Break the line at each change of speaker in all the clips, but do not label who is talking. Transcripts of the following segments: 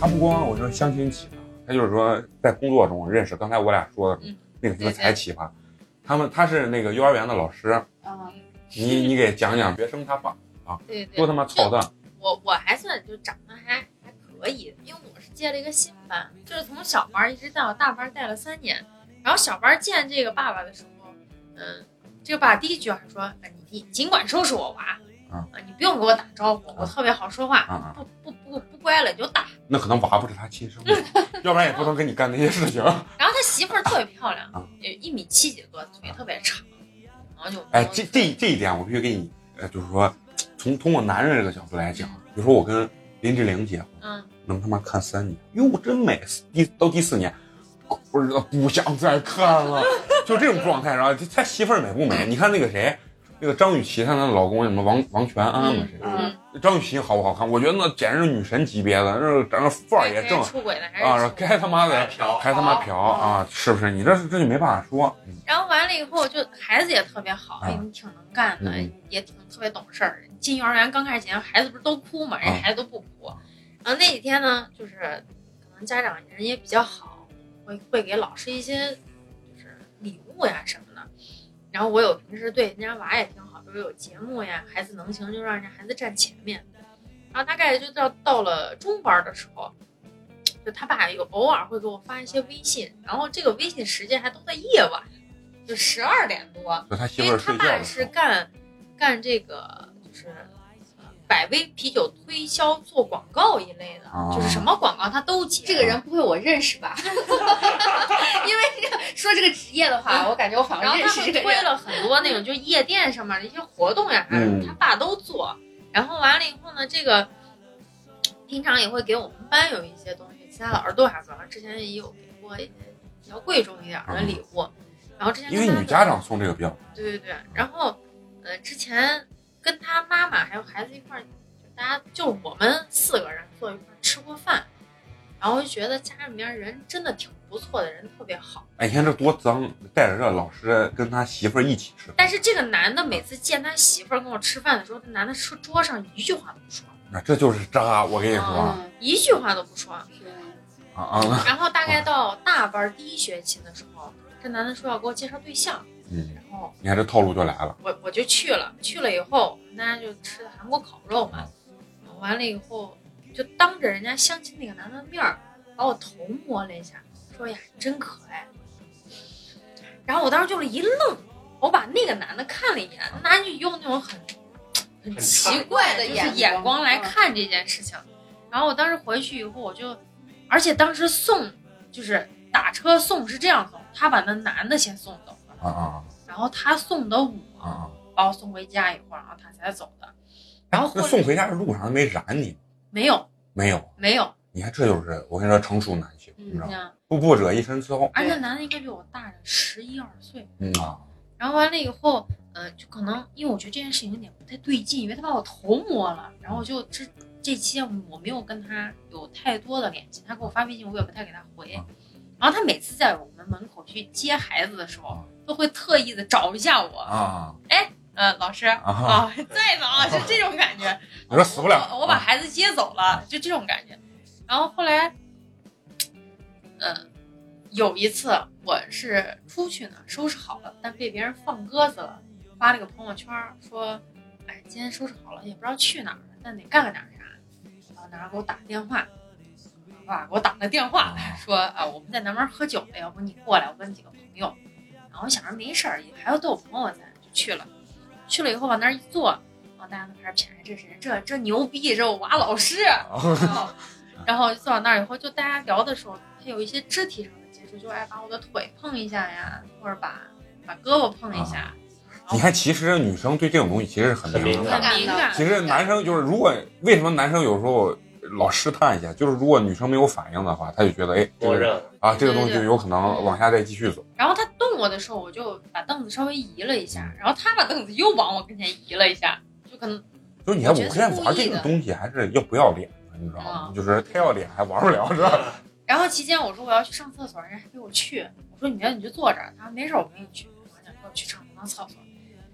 他不光我说相亲奇葩，他就是说在工作中认识。刚才我俩说的
嗯
那个什么
对对
才奇葩，他们他是那个幼儿园的老师，
啊，
你你给讲讲学生他爸
对对，
多他妈操蛋，
我我还算就长得还还可以，因为我是接了一个新班，就是从小班一直带我大班带了三年，然后小班见这个爸爸的时候，嗯，这个爸第一句还说，啊你你尽管收拾我娃，
啊
你不用给我打招呼，我
啊
特别好说话，
啊啊！
不不不不乖了你就打。
那可能娃不是他亲 生的，要不然也不能跟你干那些事情。
然后他媳妇儿特别漂亮
啊，
也一米七几的个子，腿特别长，然后就嗯
哎，这这这一点我必须给你，呃，就是说，从通过男人这个角度来讲，比如说我跟林志玲结婚，
嗯，
能他妈看三年，哟，真美，第到第四年，不知道不想再看了，就这种状态。然后他媳妇儿美不美？你看那个谁，那个张雨绮，她那老公什么王王全安嘛谁？
嗯
张雨绮好不好看？我觉得那简直是女神级别的，那长得范儿也正
该出轨了还是出轨
啊，该他妈的
嫖
还他妈嫖啊，是不是？你这这就没办法说，嗯
然后完了以后，就孩子也特别好，
啊
哎，你挺能干的，
嗯
也挺特别懂事儿。进幼儿园刚开始前，孩子不是都哭嘛，人
啊
家孩子都不哭。然后那几天呢，就是可能家长人也比较好，会会给老师一些就是礼物呀什么的。然后我有平时对人家娃也挺好，比如有节目呀，孩子能行就让人家孩子站前面。然后大概就到到了中班的时候，就他爸有偶尔会给我发一些微信，然后这个微信时间还都在夜晚，就十二点多，
就他媳
因
妇儿睡
为他
觉的
爸
时
是
候，
干干这个就是呃百威啤酒推销做广告一类的，
啊
就是什么广告他都接。
这个人不会我认识吧？ 因为这个说这个职业的话，我感觉我好
嗯然
像
后
认
他
识这个
们推
人。嗯
了很多那种就夜店上面的一些活动呀，
嗯
他爸都做。然后完了以后呢，这个平常也会给我们班有一些东西，其他老师都还做，之前也有给过一些比较贵重一点的礼物。然后之前
啊因
跟
为
他
女家长送这个比较
对对对，然后呃，之前跟他妈妈还有孩子一块儿，就大家就我们四个人坐一块儿吃过饭，然后就觉得家里面人真的挺不错的，人特别好。
哎，你看这多脏！带着这老师跟他媳妇儿一起吃，
但是这个男的每次见他媳妇儿跟我吃饭的时候，这男的说桌上一句话都不说，
那这就是渣！我跟你说啊
嗯，
一句话都不说。
啊啊！
然后大概到大班第一学期的时候，这男的说要给我介绍对象，
嗯，
然后
你看这套路就来了。
我我就去了，去了以后，大家就吃韩国烤肉嘛，完了以后就当着人家相亲那个男的面儿，把我头摸了一下，说呀你真可爱。然后我当时就是一愣，我把那个男的看了一眼，那男的就用那种很嗯很奇怪的就是眼光嗯来看这件事情。然后我当时回去以后，我就，而且当时送就是打车送是这样送，他把那男的先送走了，
啊啊
然后他送的我。
啊啊！
把我送回家以后，然后他才走的。然后后
那
来
送回家的路上他没燃你
没有
没有？
没有，
你看这就是我跟你说成熟男性，你知道
你
吗？
看，
步步者一身骚。
而且
对
男的应该比我大十一二岁。
嗯啊，
然后完了以后，呃，就可能因为我觉得这件事情有点不太对劲，因为他把我头摸了，然后我就这这期间我没有跟他有太多的联系，他给我发微信我也不太给他回
啊。
然后他每次在我们门口去接孩子的时候
啊，
都会特意的找一下我，
啊！
呃，老师
啊哈
啊，再 走啊，就这种感觉。
你说死不了，
我我把孩子接走了
啊，
就这种感觉。然后后来，呃，有一次我是出去呢，收拾好了，但被别人放鸽子了，发了个朋友圈儿说，哎，今天收拾好了，也不知道去哪儿，但得干点啥。然后男孩给我打个电话，我爸给我打了电话说啊，我们在南门喝酒了，要不你过来，我跟几个朋友。然后我想着没事儿，也还有都有朋友在，就去了。去了以后往那儿一坐，然后大家都开始谝这是谁，这这牛逼，这我娃老师。
啊
然后，然后坐到那儿以后，就大家聊的时候，他有一些肢体上的接触，就爱把我的腿碰一下呀，或者把把胳膊碰一
啊
下，
你看，其实女生对这种东西其实是很
很
敏
敏
感的。
感
很敏感。
其实男生就是，如果为什么男生有时候老试探一下，就是如果女生没有反应的话，他就觉得哎，这
默认
个
了。
啊这个东西
对
就
对
有可能往下再继续走。
然后他动我的时候，我就把凳子稍微移了一
嗯
下，然后他把凳子又往我跟前移了一下，就可能
就是你还
我觉
五
得
块钱
是
玩
故意
这个
的啊
东西，还是要不要脸的，你知道吗？就是太要脸还玩不了，是吧？
然后期间我说我要去上厕所，人家还陪我去。我说你要你就坐这儿，他说没事儿我陪你去。我想陪我去上一趟厕所，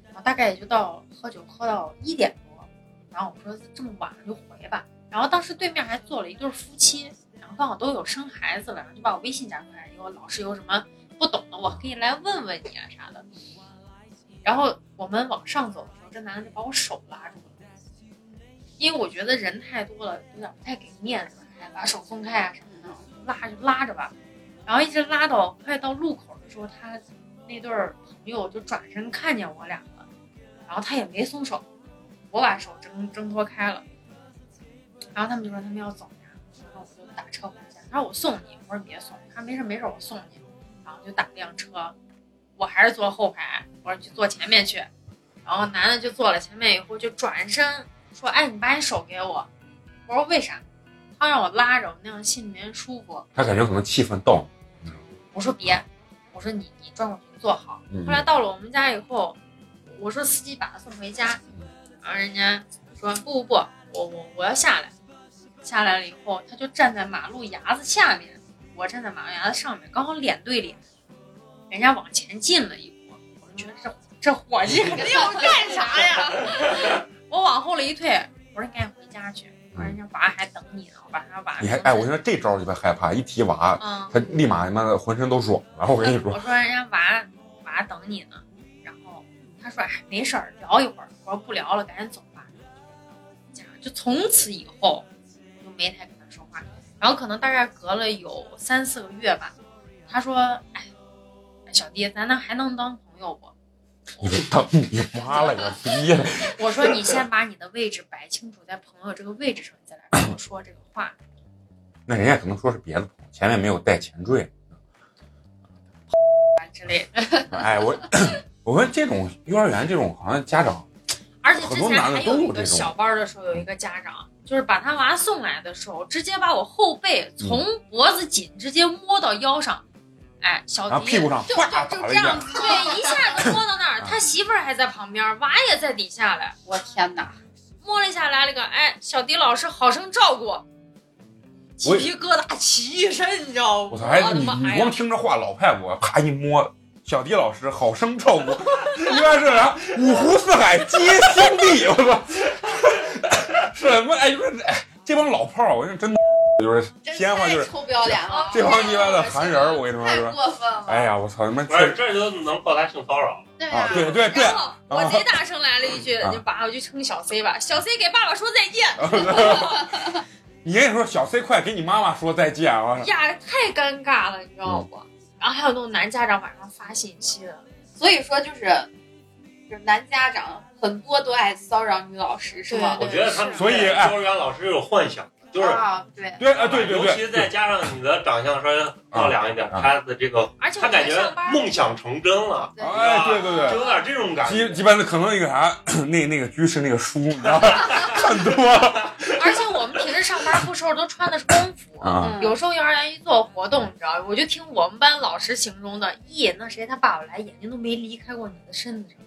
然后大概也就到喝酒喝到一点多，然后我说这么晚了就回吧。然后当时对面还坐了一对夫妻，然后刚好都有生孩子了，然后就把我微信加过来，以后老是有什么不懂的我可以来问问你啊啥的。然后我们往上走的时候，这男的就把我手拉住了，因为我觉得人太多了，有点不太给面子，还把手松开啊什么的，拉就拉着吧，然后一直拉到快到路口的时候，他那对儿朋友就转身看见我俩了，然后他也没松手，我把手挣挣脱开了，然后他们就说他们要走呀，然后我就打车回家，他说我送你，我说别送，他说没事没事我送你，然后就打了辆车，我还是坐后排，我说去坐前面去，然后男的就坐了前面以后就转身说，哎你把你手给我，我说为啥？他让我拉着，我那样心里面舒服。
他感觉可能气氛到了，
我说别，我说你你转过去你坐好。
嗯
后来到了我们家以后，我说司机把他送回家，
嗯
然后人家说不不不，我我我要下来。下来了以后，他就站在马路牙子下面，我站在马路牙子上面，刚好脸对脸，人家往前进了一步，我就觉得这这伙计 肯定要干啥呀？我往后了一退，我说你赶紧回家去，我说人家娃还等你呢，我把他娃
嗯你还
送
哎，
回
我
去
跟你说这招儿就别害怕，一提娃，
嗯。
他立马他妈的浑身都软了。 我跟你说
我，说人家娃娃等你呢，然后他说哎没事儿，聊一会儿。我说不聊了，赶紧走吧。这样就从此以后我就没太跟他说话。然后可能大概隔了有三四个月吧，他说哎小弟，咱能还能当朋友不？
你当你妈了个逼！
我说你先把你的位置摆清楚，在朋友这个位置上，你再来跟我说这个话。
那人家可能说是别的朋友，前面没有带前缀。
之类的，
哎，我 我说这种幼儿园这种好像家长，
而且
很
之
多
前
男的
还
都
有
有
一
这种
个小班儿的时候，有一个家长就是把他娃送来的时候，直接把我后背
嗯
从脖子紧直接摸到腰上，哎，小
然后
迪
啊屁股上啊
就
啪
就就
打了
这
一
样
下，
子。
对一下子摸到那儿，他媳妇儿还在旁边，娃也在底下嘞，
我天哪！
摸了一下来了个哎，小迪老师好生照顾，鸡
我也
皮疙瘩起一身，你知道吗？
我操！哎，
的
你
妈
你
呀
光！听这话老派我，啪一摸，小迪老师好生照顾，一般是啥？五湖四海皆兄弟，我操！什么？哎，就是哎，这帮老炮儿，我跟你说真的就是
真
鲜花就
太
是
臭不要脸了，
这帮鸡巴的寒人儿，我跟你
太
说说，
过分了。
哎呀，我操他妈！
不是，这就能报他性骚扰了。
对
啊
啊，，
对对对，
然后我贼大声来了一句，
啊
就把我就称小 C 吧，小 C 给爸爸说再见。
你跟你说，小 C 快给你妈妈说再见啊！
呀，太尴尬了，你知道不？然后还有那种男家长晚上发信息的，
所以说就是就是男家长很多都爱骚扰女老师，是吗？
我
对
觉得他们
所以
对幼
哎
儿园老师有幻想，就是
啊，对，
对啊，对对
尤
对，
其再加上你的长相稍微漂亮一点，
啊
他的这个
而且我
他感
们
觉
上班
梦想成真了，
对
哎，对对对
就。有点这种感
基
觉。
基本上可能那个啥， 那那个居士那个书，你知道吗？看多了
而且我们平时上班不时候都穿的是工服。
啊，
嗯
有时候幼儿园一做活动，你知道，我就听我们班老师形容的，咦，那谁他爸爸来，眼睛都没离开过你的身子上，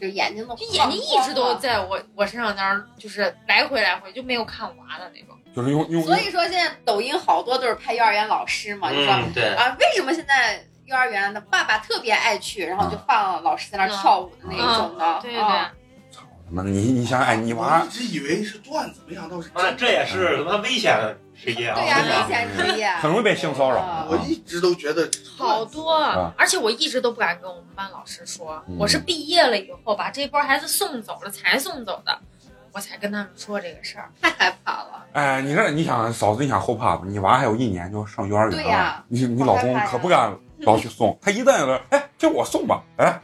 就眼睛都
就眼睛一直都。在我我身上那儿，就是来回来回就没有看娃的那种。
就是用用
所以说现在抖音好多都是拍幼儿园老师嘛，你知道吗
嗯，对，
啊？为什么现在幼儿园的爸爸特别爱去，然
嗯
后就放老师在那儿跳舞的那一种的？
嗯对
啊
对，
操他妈的，你你想想，哎，你娃
我
嗯
一直以为是段子，没想到是
妈，
真的。
这也
嗯
是他妈危险职业啊！
对
对
呀，
呀
危险职业。
很容易被性骚扰啊
我一直都觉得是段子
好多，
啊
而且我一直都不敢跟我们班老师说，
嗯
我是毕业了以后把这波孩子送走了才送走的，我才跟他们说这个事儿。
太害怕了。
哎，你这你想嫂子，你想后怕吧？你娃还有一年就上幼儿园
对
了，
呀
你你老公可不敢老去送，他一旦有人哎，这我送吧，哎，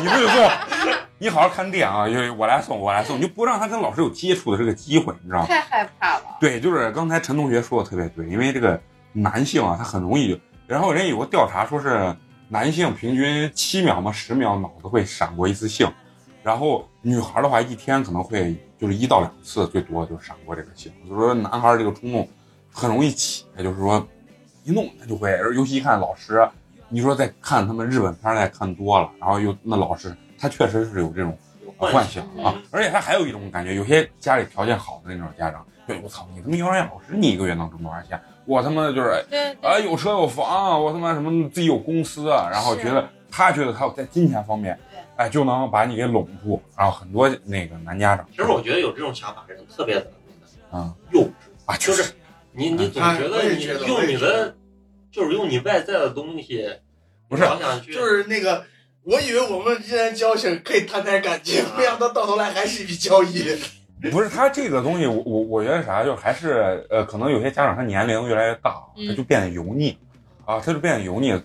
你自己送， 你好好看店啊，有我来送，我来送，你就不让他跟老师有接触的这个机会，你知道吗？
太害怕了。
对，就是刚才陈同学说的特别对，因为这个男性啊，他很容易就，然后人家有个调查说是男性平均七秒嘛十秒脑子会闪过一次性，然后女孩的话一天可能会就是一到两次最多就闪过这个星。就是说男孩儿这个冲动很容易起，就是说一弄他就会，尤其一看老师，啊你说再看他们日本片儿再看多了，然后又那老师他确实是有这种幻想啊，而且他还有一种感觉，有些家里条件好的那种家长，对我操，你他妈幼儿园老师，你一个月能挣多少钱？我他妈的就是
对，
啊，有车有房，我他妈什么自己有公司，啊然后
是
觉得他觉得他在金钱方面
对，
哎，就能把你给拢住。然后很多那个男家长，
其实我觉得有这种想法的人特别的
啊
幼稚，
啊，
就
确实
是你你总觉
哎我
得
也
你
觉得
用你的就是用你外在的东西，
不是
想想去
就是那个，我以为我们之间交情可以谈谈感情，
啊
没想到到头来还是一笔交易。
不是他这个东西，我我我觉得啥，就是还是呃，可能有些家长他年龄越来越大，
嗯
他就变得油腻，啊，他就变得油腻，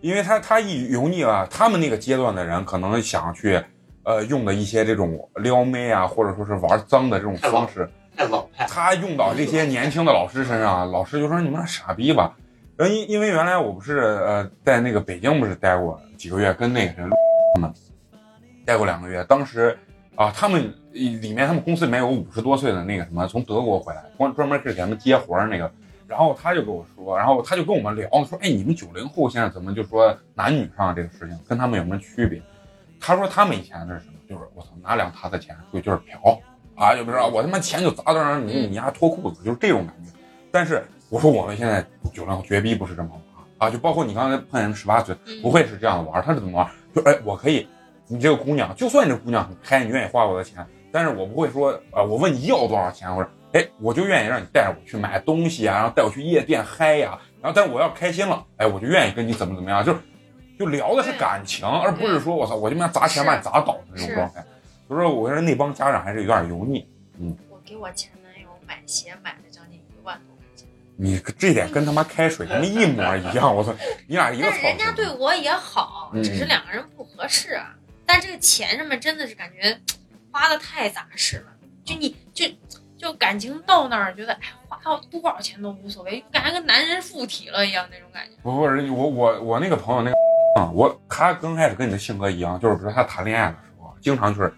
因为他他一油腻了，他们那个阶段的人可能想去，呃，用的一些这种撩妹啊，或者说是玩脏的这种方式，
太老派，
他用到这些年轻的老师身上， 老师就说你们俩傻逼吧。然后因因为原来我不是呃在那个北京不是待过几个月，跟那个谁 他们待过两个月。当时啊，他们里面他们公司里面有五十多岁的那个什么从德国回来，专专门给咱们接活儿那个。然后他就跟我说，然后他就跟我们聊说，哎，你们九零后现在怎么就说男女上这个事情跟他们有什么区别？他说他们以前是什么？就是我操，拿两沓子钱出去就是嫖啊，就比如说我他妈钱就砸到让你你丫脱裤子，就是这种感觉。但是我说我们现在九零后绝逼不是这么玩啊，就包括你刚才碰见十八岁，
嗯
不会是这样的玩儿，他是怎么玩儿？就哎，我可以，你这个姑娘，就算你这姑娘很开，你愿意花我的钱，但是我不会说啊、我问你要多少钱，或者哎，我就愿意让你带着我去买东西啊，然后带我去夜店嗨呀、然后但是我要开心了，哎，我就愿意跟你怎么怎么样，就是就聊的是感情，而不是说我操，我就妈砸钱把你砸倒的那种
是
状态。所以说，我觉得那帮家长还是有点油腻。
我给我前男友买鞋买了将近一万多块钱，
你这点跟他妈开水他妈一模一样，我操，你俩一个
但是
操
人家对
心
我也好，
嗯
只是两个人不合适啊。但这个钱上面真的是感觉花的太杂实了，就你就就感情到那儿觉得哎花到多少钱都无所谓，感觉跟男人附体了一样那种感觉。
不不是我我我那个朋友那个，嗯，我他刚开始跟你的性格一样，就是比如他谈恋爱的时候，啊经常就是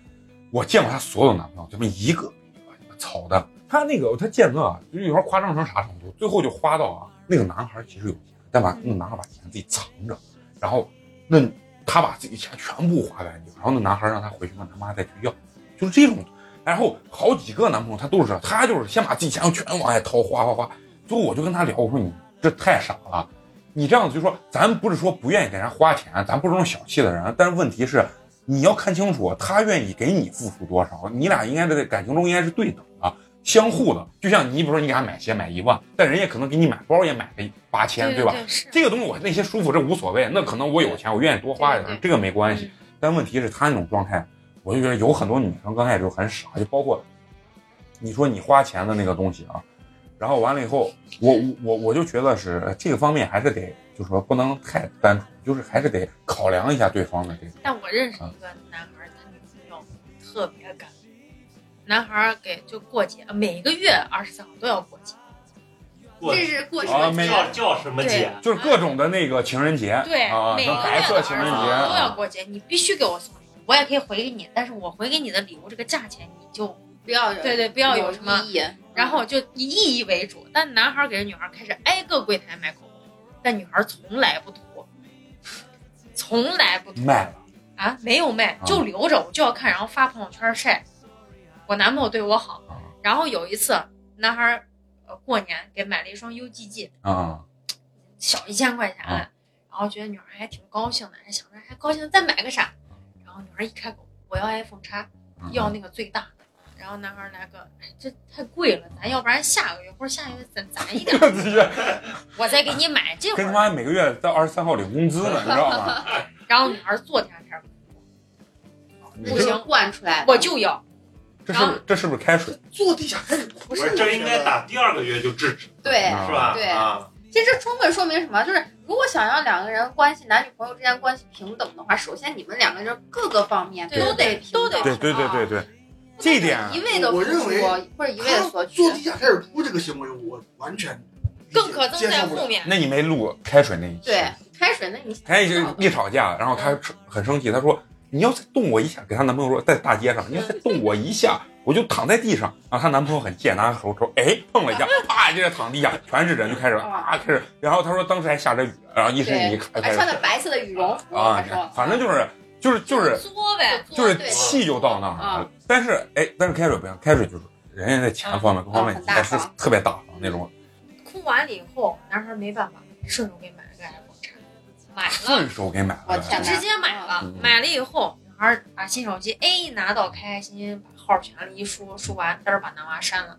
我见过他所有男朋友，他们一个比一个他妈草的。他那个他见个就有时候夸张成啥程度，最后就花到啊，那个男孩其实有钱，但把那个男孩把钱自己藏着，然后那他把自己钱全部花干净，然后那男孩让他回去问他妈再去要，就是这种。然后好几个男朋友他都是，他就是先把自己钱全往外掏，花花花。最后我就跟他聊，我说你这太傻了，你这样子就说，咱不是说不愿意给人家花钱，咱不是那种小气的人，但是问题是你要看清楚，他愿意给你付出多少，你俩应该在感情中应该是对等的，相互的。就像你，比如说你给他买鞋买一万，但人家可能给你买包也买个八千，
对
吧？
对是。
这个东西我内心舒服，这无所谓。那可能我有钱，我愿意多花一点，这个没关
嗯
系。但问题是，他那种状态，我就觉得有很多女生刚开始就很傻，就包括你说你花钱的那个东西啊，然后完了以后，我我我我就觉得是呃这个方面还是得，就是说不能太单纯，就是还是得考量一下对方的这个。
但我认识
啊
一个男孩儿，他女朋友特别敢。男孩儿给就过节，
呃
每个月二十三号都要过节，
过
这是过什
啊
么
没
节？
叫叫什么姐？
就是各种的那个情人节，
嗯对，
啊，
每
什
个
么
月
白
的
色情人节
24都要
啊，
过节，你必须给我送礼物，我也可以回给你，但是我回给你的礼物这个价钱你就
不要
对对，
对
不
不
要
要
有
有
什
什
么
么，
然后就以意义为主。但男孩给人女孩开始挨个柜台买口红，但女孩从来不涂，从来不涂
卖了，
啊，没有卖
啊，
就留着，我就要看，然后发朋友圈晒我男朋友对我好
啊。
然后有一次，男孩儿呃过年给买了一双 UGG，
啊
小一千块钱，
啊
然后觉得女孩还挺高兴的，还想着还高兴再买个啥，
啊
然后女孩一开口我要 iPhone 叉，
嗯
要 那个最大的，然后男孩来个哎这太贵了，咱要不然下个月或者下个月攒攒一点，我再给你买这会
跟他
儿，
妈每个月到二十三号领工资呢，你知道 吗？
然后女孩坐第二天
你
不
这
行
惯出来
我就要，
这是不是这是不是开水？
坐地下开始哭
我说这应该打第二个月就制止，
对
啊
是吧？
对
啊，
其实这充分说明什么？就是如果想让两个人关系，男女朋友之间关系平等的话，首先你们两个人各个方面
对
都得
都得
对
哦
对对对对，这点
一味的
我认为
或者一味的索取
坐，地下开始哭这个行为，我完全理解
更可增
接
在
受不
后
了。
面。
那你没录开水那一期？
对，哦开水那你
他一直一吵架，然后他很生气，他说：“你要再动我一下，给她男朋友说，在大街上，你要再动我一下，我就躺在地上，然后她男朋友很贱，拿手肘哎碰了一下，啪一下躺地下，全是人，就开始啊开始，然后她说当时还下着雨，然后一身泥哎开
哦还
始
穿的白色的羽绒服，
啊
他说，，
反正就是就是就是
作呗，
做
就是
哦对
气就到那儿
啊
了。但是哎，但是开水不一样，开水就是人家在钱方面各方面
啊很大
还是
方
特别大方那种，
哭完了以后，男孩没办法，顺手给买了个 iPhone 叉，买了，
顺手给买
哦我
了。
天哪
直接买了
嗯，
买了以后，女孩儿把新手机 A 拿到，开开心心把号全了一输，输完嘚儿把男娃删了。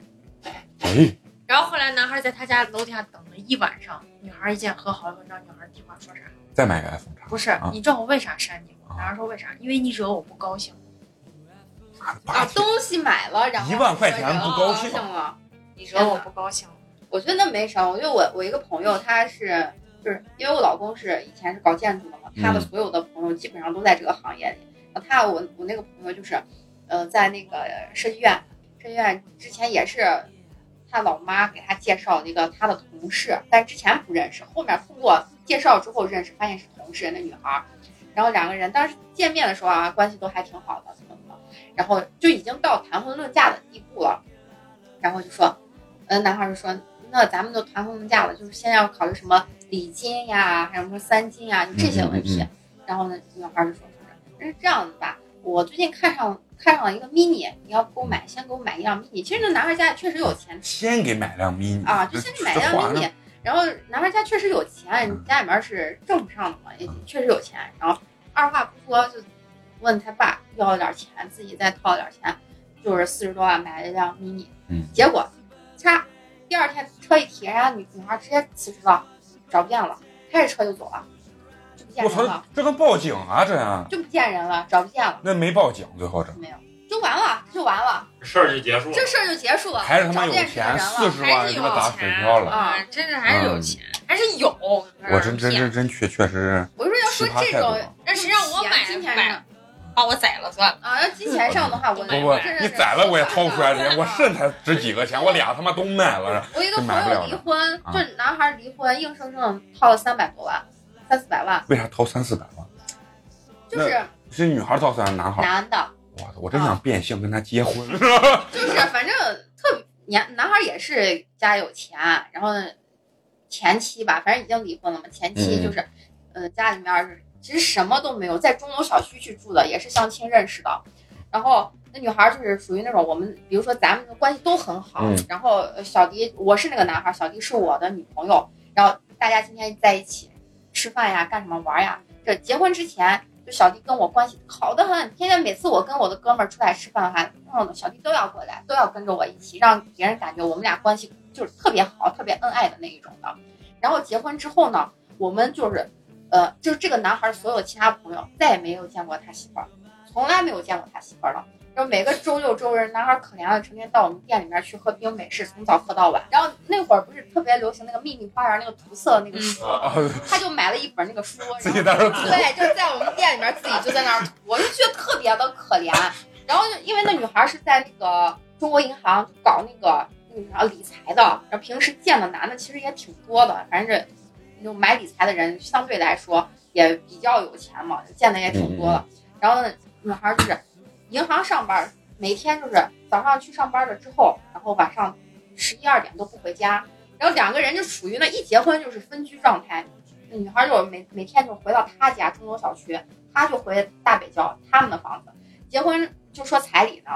哎，
然后后来男孩在他家楼底下等了一晚上，女孩一见和好了，你知道女孩听话说啥？
再买个 iPhone 叉，
不是，你知道我为啥删你吗？
啊
男孩说为啥？因为你惹我不高兴，
啊
八，千
东西买了，然后
一万块钱
说人啊
不
不
高
高
兴
了。
你惹我不高兴。
我觉得那没啥，我觉得我我一个朋友，他是就是因为我老公是以前是搞建筑的嘛，他的
嗯
所有的朋友基本上都在这个行业里。然后他我我那个朋友就是，呃，在那个设计院，设计院之前也是他老妈给他介绍的一个他的同事，但之前不认识，后面通过介绍之后认识，发现是同事那女孩儿，然后两个人当时见面的时候啊，关系都还挺好的，怎么怎么，然后就已经到谈婚论嫁的地步了，然后就说，嗯，男孩儿就说，那咱们就谈婚论嫁了，就是先要考虑什么礼金呀，还有什么三金呀，就这些问题。
嗯嗯
然后呢，女孩儿就说，那是这样子吧，我最近看上看上了一个 mini，你要不给我买，先给我买一辆 mini。其实那男孩儿家里确实有钱，
先给买辆 mini
啊，就先去买一辆
还嗯
mini，然后男孩家确实有钱，家里面是挣不上的嘛，也确实有钱，然后二话不说就问他爸要了点钱，自己再掏了点钱，就是四十多万买了一辆 mini，
嗯
结果嚓，第二天车一提，人家女女孩直接辞职了，找不见了，开着车就走了，就不见
我
人
操
了，，
这能报警啊？这样
就不嗯见人了，找不见了，
那没报警，最后这
没有，就完了，就完了，
事儿就结束了。
这事儿就结束了，
还是他妈
找
有
不见这个
钱，
人了
四十
还
万
是
他
有
妈打水漂了。嗯
啊，真是还是有钱，还是有。
我真真真真确确实是
我就说要说
奇葩
这
态
种
度。啊
那谁让我买
今天
买，把我宰了算了。
啊，要金钱上的话，我
不
我
不
真，是
你宰了我也掏不出来钱，
啊
我肾才值几个钱，我俩他妈都卖 了。
我一个
真
朋
买不了
友
了
离婚，
啊
就是男孩离婚，硬生生掏了三百多万，三四百万，
为啥掏三四百万？
就是
是女孩掏三，还是男孩？
男嗯的，
我我真想变性跟他结婚。
就是反正特别男男孩也是家有钱，然后呢前妻吧，反正已经离婚了嘛，前妻就是，嗯、家里面儿其实什么都没有，在钟楼小区去住的，也是相亲认识的，然后。那女孩就是属于那种我们，比如说咱们的关系都很好，
嗯
然后呃小迪我是那个男孩，小迪是我的女朋友，然后大家今天在一起吃饭呀，干什么玩呀？这结婚之前，就小弟跟我关系好得很，天天每次我跟我的哥们儿出来吃饭，还嗯，小弟都要过来，都要跟着我一起，让别人感觉我们俩关系就是特别好、特别恩爱的那一种的。然后结婚之后呢，我们就是，呃，就是这个男孩所有的其他朋友再也没有见过他媳妇儿，从来没有见过他媳妇儿了。就每个周六周日，男孩可怜了，成天到我们店里面去喝冰美式，从早喝到晚。然后那会儿不是特别流行那个秘密花啊园那个涂色那个书，
啊
他就买了一本那个书，然后
自己在那儿涂
哦对，就在我们店里面自己就在那儿涂，我就觉得特别的可怜。然后就因为那女孩是在那个中国银行搞那个那个女孩理财的，然后平时见的男的其实也挺多的，反正这种买理财的人相对来说也比较有钱嘛，见的也挺多的。然后呢女孩就是银行上班，每天就是早上去上班了之后，然后晚上十一二点都不回家，然后两个人就属于那一结婚就是分居状态。那女孩就每每天就回到她家中楼小区，她就回大北郊他们的房子。结婚就说彩礼呢，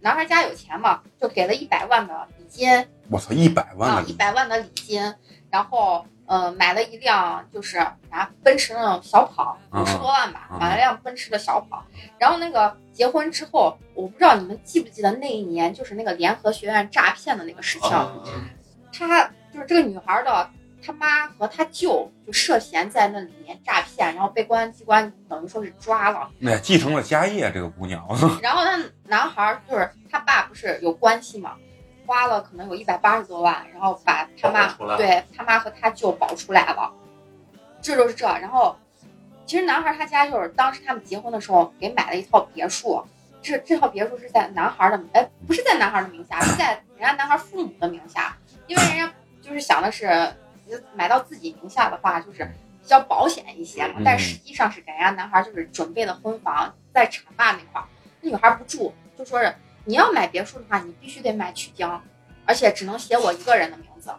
男孩家有钱嘛，就给了一百万的礼金
我操，一百万
啊
了，
一！百万的礼金，然后呃买了一辆就是啥奔驰那种小跑，
嗯
五十多万吧，
嗯
买了辆奔驰的小跑。然后那个结婚之后，我不知道你们记不记得那一年就是那个联合学院诈骗的那个事
啊
情，
哦
嗯
她就是这个女孩的她妈和她舅就涉嫌在那里面诈骗，然后被公安机关等于说是抓了。
那哎继承了家业，这个姑娘，
然后那男孩儿就是他爸不是有关系嘛，花了可能有一百八十多万，然后把他妈
保出来
对他妈和他舅保出来了，这就是这。然后其实男孩儿他家就是当时他们结婚的时候给买了一套别墅，这这套别墅是在男孩儿的哎不是在男孩儿的名下，是在人家男孩儿父母的名下，因为人家就是想的是买到自己名下的话就是。比较保险一些嘛，但实际上是给人家男孩儿就是准备的婚房，在浐灞那块儿。那女孩不住，就说是你要买别墅的话，你必须得买曲江，而且只能写我一个人的名字，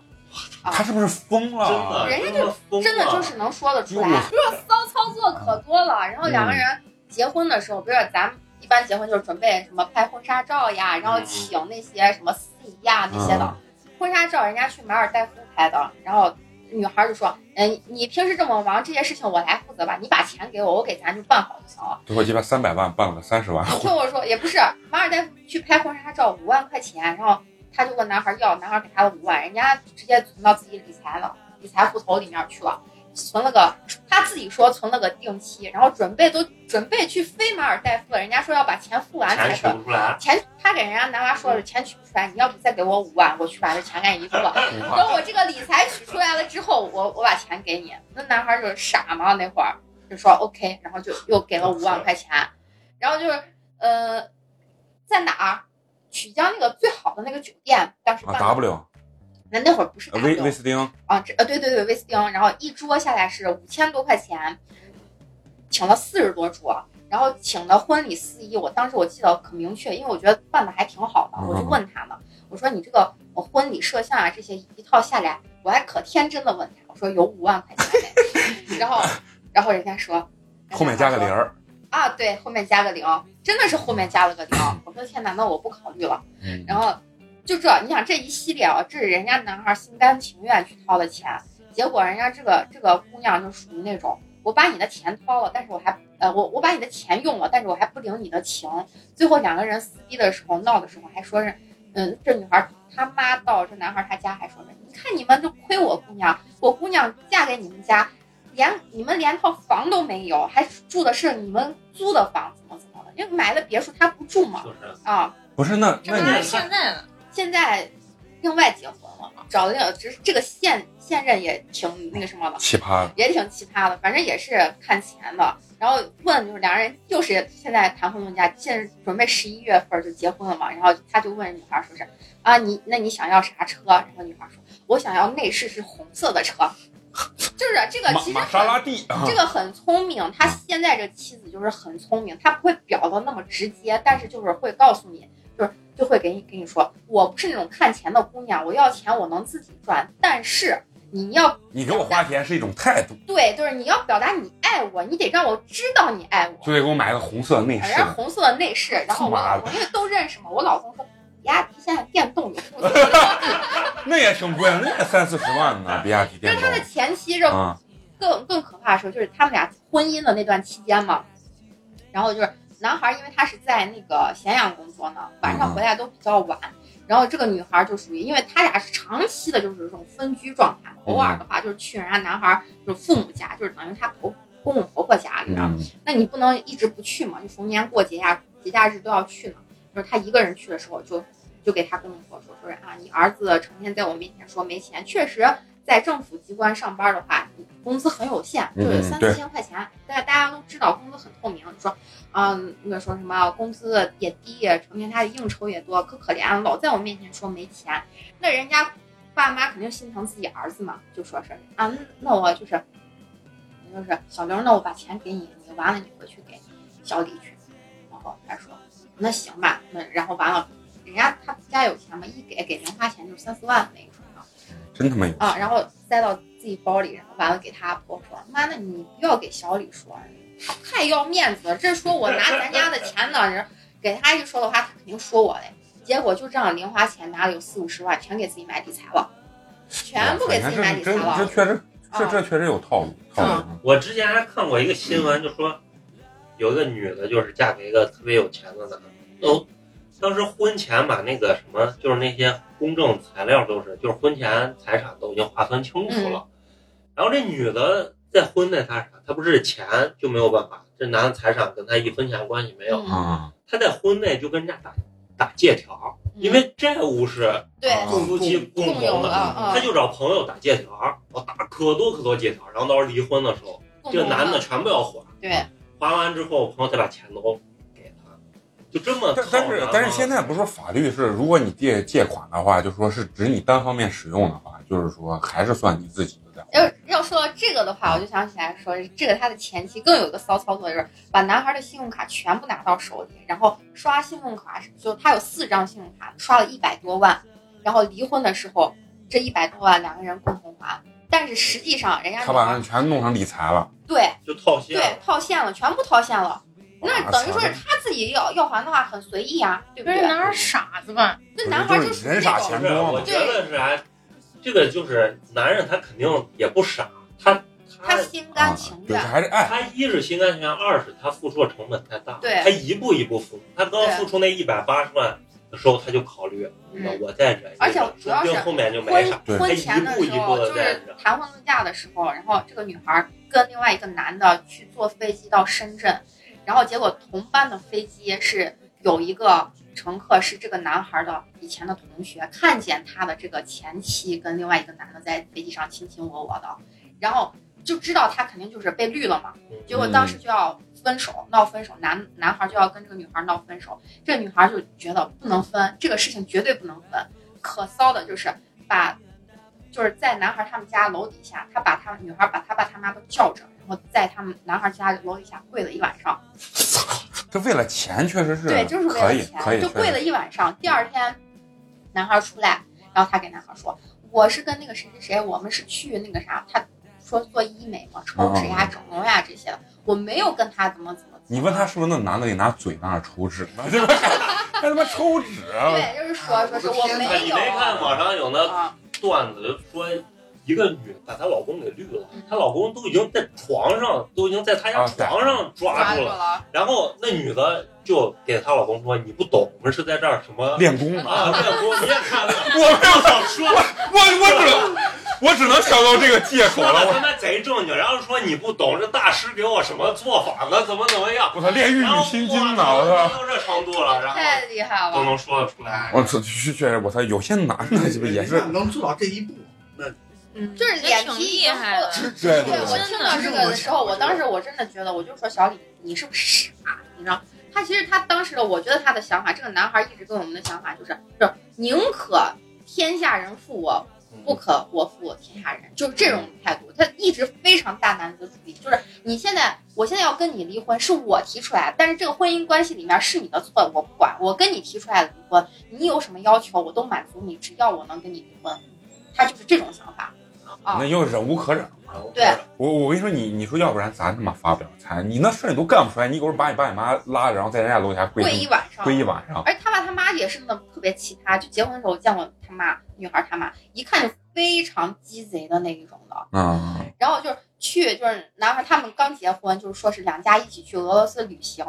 他是不是疯了
真
啊？
的，
人家
真的疯了
真的就是能说得出来。
如果
比如说骚操作可多了，然后两
嗯
个人结婚的时候，比如说咱们一般结婚就是准备什么拍婚纱照呀，然后
嗯
请那些什么司仪呀那些的。婚纱照人家去马尔代夫拍的，然后女孩就说：“嗯，你平时这么忙，这些事情我来负责吧，你把钱给我，我给咱就办好就行了。”
结果鸡巴三百万办了三十万，
你听我说，也不是马尔代夫去拍婚纱照五万块钱，然后他就问男孩要，男孩给他了五万，人家直接存到自己理财了，理财户头里面去了，存了个他自己说存了个定期，然后准备都准备去飞马尔代夫了，人家说要把钱付完才
钱取
是。
不出来，
钱他给人家男娃说了，钱取不出来，你要不再给我五万，我去把这钱给你付了。
我
等我这个理财取出来了之后，我我把钱给你。那男孩就是傻嘛，那会儿就说 OK，然后就又给了五万块钱，然后就是呃，在哪儿？曲江那个最好的那个酒店，当时
啊
办的，
W
那那会儿不是
呃威
W
威斯汀，
啊，这呃对对对，威斯汀，然后一桌下来是五千多块钱，请了四十多桌，然后请的婚礼司仪，我当时我记得可明确，因为我觉得办的还挺好的，
嗯
我就问他呢，我说你这个我婚礼摄像啊这些一套下来，我还可天真的问他，我说有五万块钱没？ 然后然后人家说，
后面加个零
人家说
儿，
啊，对，后面加个零，真的是后面加了个零，我说天哪，那我不考虑了。
嗯，
然后就这，你想这一系列啊，这是人家男孩心甘情愿去掏的钱，结果人家这个这个姑娘就属于那种，我把你的钱掏了，但是我还呃我我把你的钱用了，但是我还不领你的情。最后两个人撕逼的时候闹的时候还说是，嗯，这女孩她妈到这男孩他家还说是，你看你们就亏我姑娘，我姑娘嫁给你们家。连你们连套房都没有，还住的是你们租的房，怎么怎么的？因为买了别墅她不住嘛，
就是
啊，
不是那
这
那
不
你
是现在了，
现在另外结婚了，找的那个，只是这个现现任也挺那个什么的，
奇葩
也挺奇葩的，反正也是看钱的。然后问就是两个人又是现在谈婚论嫁，现在准备十一月份就结婚了嘛。然后他就问女孩说是啊，你那你想要啥车？然后女孩说，我想要内饰是红色的车。就是啊这个
玛
其实
玛莎
很
拉蒂啊
这，个很聪明，他现在这妻子就是很聪明，他不会表的那么直接，但是就是会告诉你，就是就会给你跟你说，我不是那种看钱的姑娘，我要钱我能自己赚，但是你要
你给我花钱是一种态度，啊
对，就是你要表达你爱我，你得让我知道你爱我，
就得给我买个红色内饰
然后
的，
红色的内饰，然后我
妈的
我因为都认识嘛，我老公说。呀，现在 电动有付费，
那也挺贵，那也三四十万呢，比亚迪
但
电
是
动
他的前妻这
啊，
更更可怕的时候，就是他们俩婚姻的那段期间嘛，然后就是男孩，因为他是在那个咸阳工作呢，晚上回来都比较晚，然后这个女孩就属于，因为他俩是长期的，就是这种分居状态，偶尔的话就是去人家男孩就是父母家，就是等于他婆公公婆婆家里边，
嗯，
那你不能一直不去嘛，就逢年过节呀、节假日都要去呢。就是他一个人去的时候就，就给他公公婆说说是啊，你儿子成天在我面前说没钱，确实在政府机关上班的话，你工资很有限，就
嗯
是三
对
四千块钱。但是大家都知道工资很透明，说啊，那个说什么工资也低，成天他的应酬也多，可可怜了，啊老在我面前说没钱，那人家爸妈肯定心疼自己儿子嘛，就说是啊，那那我就是，我就是小刘，那我把钱给你，你完了你回去给小李去。然后他说那行吧，那然后完了，人家他家有钱嘛，一给给零花钱就是三四万那种啊
真他妈有，
啊，然后塞到自己包里，然后完了给他婆婆说，妈，那你不要给小李说，太要面子了，这说我拿咱家的钱呢，人给他一说的话，他肯定说我嘞。结果就这样，零花钱拿了有四五十万，全给自己买理财了，全部给自己买
这
理财
真这确实
了。
这
啊嗯
这确实有套路套路。啊
我之前还看过一个新闻，就说有一个女的，就是嫁给一个特别有钱的男的，都当时婚前把那个什么，就是那些公证材料都是，就是婚前财产都已经划分清楚
嗯
了。然后这女的再婚再财产，她不是钱就没有办法，这男的财产跟她一分钱关系没有，
嗯
啊，
她在婚内就跟人家打打借条，因为债务是
嗯对
啊
夫妻共
共有
同
了
的。
啊，
她就找朋友打借条，我打可多可多借条，然后到时候离婚的时候，
共
这个
同
男的全部要还。
对，
还完之后，朋友再把钱都给他，就这么
但但是但是现在不是说法律是，如果你借借款的话，就说是指你单方面使用的话，就是说还是算你自己的在花。
要要说到这个的话，我就想起来说，这个他的前妻更有一个骚操作，就是把男孩的信用卡全部拿到手里，然后刷信用卡，就他有四张信用卡，刷了一百多万，然后离婚的时候这一百多万两个人共同还，但是实际上人家
他把那全弄成理财了，
对
就套现
对
了。
套现了，全部套现了。那
哇
等于说
操
是他自己要要还的话很随意啊，对不
不是
对？
哪有傻子吧？
那男孩
不是
就
就是是人傻
那种
钱
不是，
多
我
嘛，
觉得是啥？这个就是男人，他肯定也不傻，他
他
他
心甘情
对，
愿，
还啊是爱，
他一是心甘情愿，二是他付出的成本太大，
对
他一步一步付出。他刚
对
付出那一百八十万的时候，他就考虑，
嗯
我我再忍一忍，
而且主
说
要
不定
是
后面就没啥。
婚
对
婚前的时候，
他一步一步地
就是
带着
谈婚论嫁的时候，然后这个女孩跟另外一个男的去坐飞机到深圳，然后结果同班的飞机是有一个乘客是这个男孩的以前的同学，看见他的这个前妻跟另外一个男的在飞机上卿卿我我的，然后就知道他肯定就是被绿了嘛。结果当时就要分手，闹分手，男男孩就要跟这个女孩闹分手，这个女孩就觉得不能分，这个事情绝对不能分。可骚的就是把，就是在男孩他们家楼底下，他把他女孩把他爸他妈都叫着，然后在他们男孩家楼底下跪了一晚上，
这为了钱确实是，
对，就是为
可
了
以可
钱，
以，
就跪了一晚上。第二天，男孩出来，然后他给男孩说：“我是跟那个谁谁谁，我们是去那个啥，他说做医美嘛，
嗯
抽脂呀、整容呀这些的，我没有跟他怎么怎么。”
你问他是不是那男的得拿嘴在那儿抽纸 呢？这不是还他妈抽纸啊？
对，就是说说是我
我的
哎
没
你
有
没看网上有那
啊，
段子就说，一个女的把她老公给绿了，
嗯
她老公都已经在床上，都已经在她家
啊对
床上抓
抓
住
住
了，
了，
然后那女的就给她老公说：“你不懂，我们是在这儿什么
练功呢？
啊，练功，你也看了，
我没有
想说
我我只能我只能想到这个借口
说
了。
的他
我
妈贼正经，然后说你不懂，这大师给我什么做法呢？怎么怎么样？
我操，练玉
然后
女
我
心经呢！我操，
到这程度了，然后
太厉害
都
了。
能说得出来。
我操，确确实，我操，有些男的鸡巴也是
人家，能做到这一步，
嗯，
就是脸
挺
皮已
厉
经
害
厚
的
了。
嗯
对
对我听到这个的时候，我当时我真的觉得，我就说小李，你是不是傻？你知道，他其实他当时的，我觉得他的想法，这个男孩一直跟我们的想法就是，就是宁可天下人负我，不可我负我天下人，就是这种态度。他一直非常大男子主义，就是你现在，我现在要跟你离婚，是我提出来，但是这个婚姻关系里面是你的错，我不管，我跟你提出来离婚，你有什么要求我都满足你，只要我能跟你离婚，他就是这种想法。啊
那，又忍无可忍。
对
啊
我我跟你说，你你说要不然咱他妈发不了财，你那事儿你都干不出来，你给我把你爸你妈拉着，然后在人家楼下跪
跪一晚上，
跪一晚上，
而他爸他妈也是那种特别奇葩，就结婚的时候我见过他妈，女孩他妈，一看就非常鸡贼的那一种的。
嗯，
然后就是去，就是男孩他们刚结婚，就是说是两家一起去俄罗斯旅行，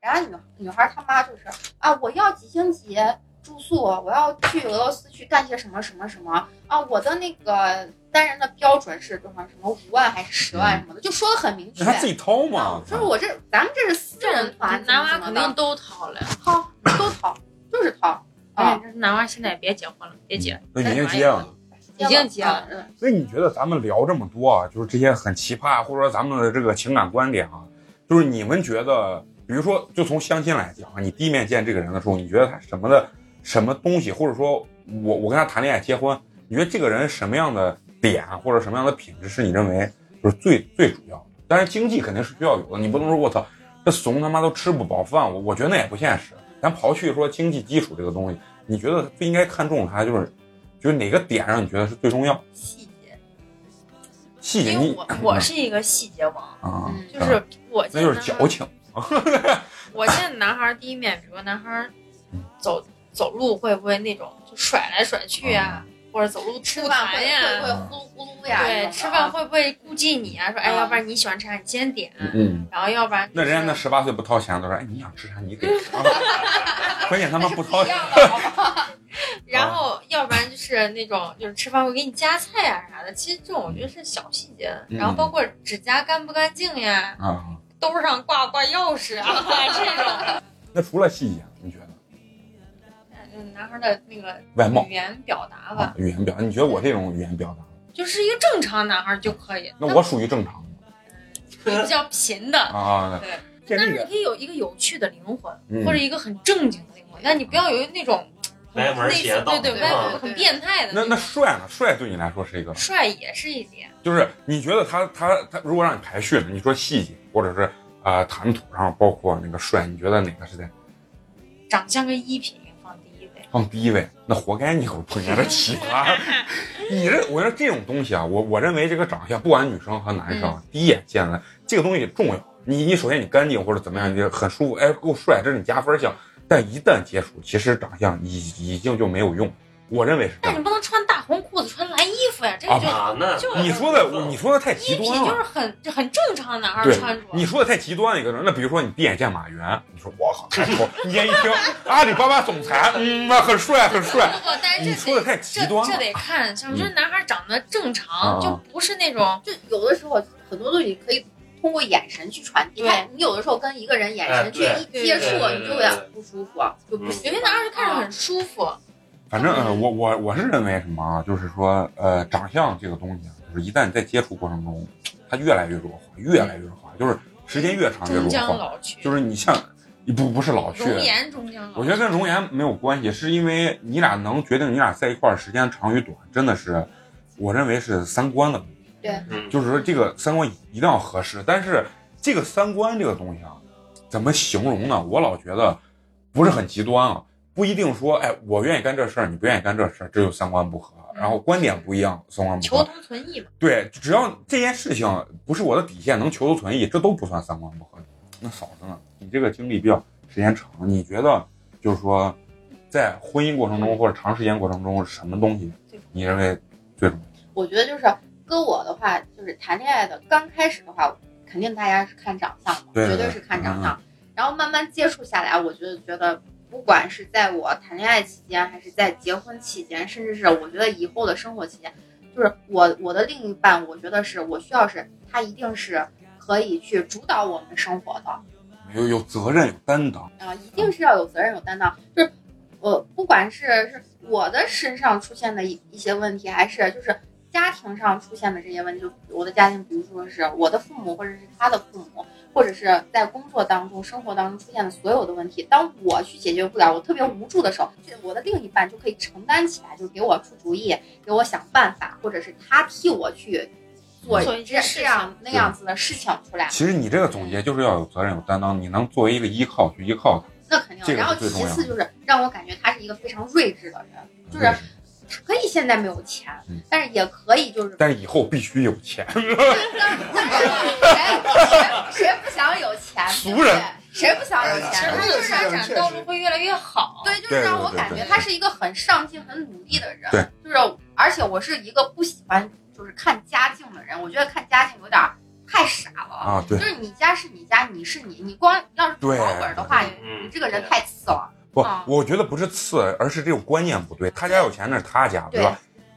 然后女女孩他妈就是啊，我要几星级住宿，我要去俄罗斯去干些什么什么什么啊，我的那个单人的标准是多少什么五万还是十万什么的，就说的很明确
嗯让。他自己掏
啊
嘛，
就是我这咱们这是私人团，
男娃
怎么
肯
怎么的
定都掏了。
掏都掏，就是掏。
哎
啊，，
男娃现在也别结婚了，别结。
那已经结了。
已经结了
嗯，
所以你觉得咱们聊这么多啊，就是这些很奇葩，或者说咱们的这个情感观点啊，就是你们觉得，比如说，就从相亲来讲啊，你第一面见这个人的时候，你觉得他什么的什么东西，或者说我我跟他谈恋爱结婚，你觉得这个人什么样的点啊或者什么样的品质是你认为就是最最主要的？当然，经济肯定是需要有的，你不能说我操，这怂他妈都吃不饱饭，我我觉得那也不现实。咱刨去说经济基础这个东西，你觉得最应该看重的还就是，就是哪个点让你觉得是最重要？
细节，
细节
因为
你
我我是一个细节王，
啊，
嗯
就是我
那
见
就是
男孩
矫情，
我见男孩第一面，比如说男孩走走路会不会那种就甩来甩去啊，或者走路
吃
吐
饭
痰
会
呀，
会呼噜呼噜呀，
对，吃饭会不会顾忌你啊？说哎，
啊
要不然你喜欢吃啥，你先点，
嗯，
然后要不然
那人家那
就是
十八岁不掏钱的说，哎，你想吃啥你给， 关键他妈不掏
不一
钱，
样的，好吧
然后要不然就是那种就是吃饭会给你夹菜呀、啥的，其实这种我觉得是小细节，
嗯
然后包括指甲干不干净呀，
啊。
兜上挂不挂钥匙啊 这种，
那除了细节，你觉得
嗯，男孩的那个
外貌
语言表达嗯吧
啊，，语言表达，你觉得我这种语言表达，
就是一个正常男孩就可以，
哦那我属于正常
你比较贫的，嗯
啊？
对但
建立
是你
的，
可以有一个有趣的灵魂，
嗯
或者一个很正经的灵魂，但你不要有那种
歪门
类似
邪道，
对对
对
歪
吧
门很变态的
那
种
那帅呢？帅对你来说是一个，
帅也是一点，
就是你觉得他他他，如果让你排序呢，你说细节或者是啊、呃谈吐上，包括那个帅，你觉得哪个是在
长相跟衣品放第一位。
放第一位？那活该你有碰见的奇葩。你这我觉得这种东西啊，我我认为这个长相，不管女生和男生啊，第一眼见来这个东西重要。你你首先你干净或者怎么样，你很舒服，哎，够帅，这是你加分项。但一旦接触，其实长相已已经就没有用，我认为是这
但
样
你。不能穿大红裤子，穿蓝衣服呀，这个
嗯啊
就、
啊，那
就
你说的你说的太
衣
极端
品就
了
是。很这很正常的男孩
对
穿着。
你说的太极端了一个人，那比如说你第一眼见马云，你说我靠太丑，你眼一听阿里巴巴总裁，嗯，那很帅很帅。
不，哦
哎
但
你
是这
说的
得
太极
这
端
这
了，
得看，像
嗯
就是男孩长得正
啊
常，就不是那种
就有的时候很多东西可以通过眼神去传递。
对
但你有的时候跟一个人眼
哎
神去
对
一接触，
对对对嗯
你就会很不舒服，啊就不喜
有
欢
些男孩就看着很舒服。
啊反正呃，我我我是认为什么啊，就是说呃，长相这个东西啊，就是一旦你在接触过程中，它越来越弱化，越来越弱化，就是时间越长越
终
弱
将
化，
老去，
就是你像你不不是老去，
容颜终将老去。
我觉得跟容颜没有关系，是因为你俩能决定你俩在一块儿时间长与短，真的是，我认为是三观的问题。
嗯，
就是说这个三观一定要合适。但是这个三观这个东西啊，怎么形容呢？我老觉得不是很极端啊，不一定说，哎，我愿意干这事儿，你不愿意干这事儿，这就三观不合，然后观点不一样，三观不
求
合。
同存异嘛，
对，只要这件事情不是我的底线，能求同存异，这都不算三观不合。那嫂子呢？你这个经历比较时间长，你觉得就是说，在婚姻过程中或者长时间过程中，什么东西你认为最重要？
我觉得就是跟我的话，就是谈恋爱的刚开始的话，肯定大家是看长相嘛，
对
绝对是看长相。然后慢慢接触下来，我觉得觉得，不管是在我谈恋爱期间，还是在结婚期间，甚至是我觉得以后的生活期间，就是我我的另一半，我觉得是我需要是他一定是可以去主导我们生活的，
有有责任，有担当。
啊，一定是要有责任、有担当。就是我不管是是我的身上出现的一一些问题，还是就是家庭上出现的这些问题，就我的家庭，比如说是我的父母，或者是他的父母，或者是在工作当中、生活当中出现的所有的问题，当我去解决不了，我特别无助的时候，就我的另一半就可以承担起来，就给我出主意，给我想办法，或者是他替我去。做
做一
这
件事
这样那样子的事情出来，
其实你这个总结就是要有责任、有担当，你能作为一个依靠去依靠他。
那肯
这
定。
个
然后
是最
其
重要
次
的
就是让我感觉他是一个非常睿智的人，就是
对
他可以现在没有钱
嗯，
但是也可以就是，
但是以后必须有 钱。
但是谁谁谁不想有钱？对不
俗
对
人，
谁不想有
嗯
其实
钱？
他
哎
就
呀
是发展道路会越来越好。
对，就是让我感觉他是一个很上进、很努力的人。
对，
就是而且我是一个不喜欢就是看家境的人，我觉得看家境有点儿太傻了。
啊对
就是你家是你家，你是你，你光要是
对
跑会儿的话，
嗯
你这个人太次了。
不
啊，
我觉得不是次，而是这种观念不对。他家有钱那是他家，对吧？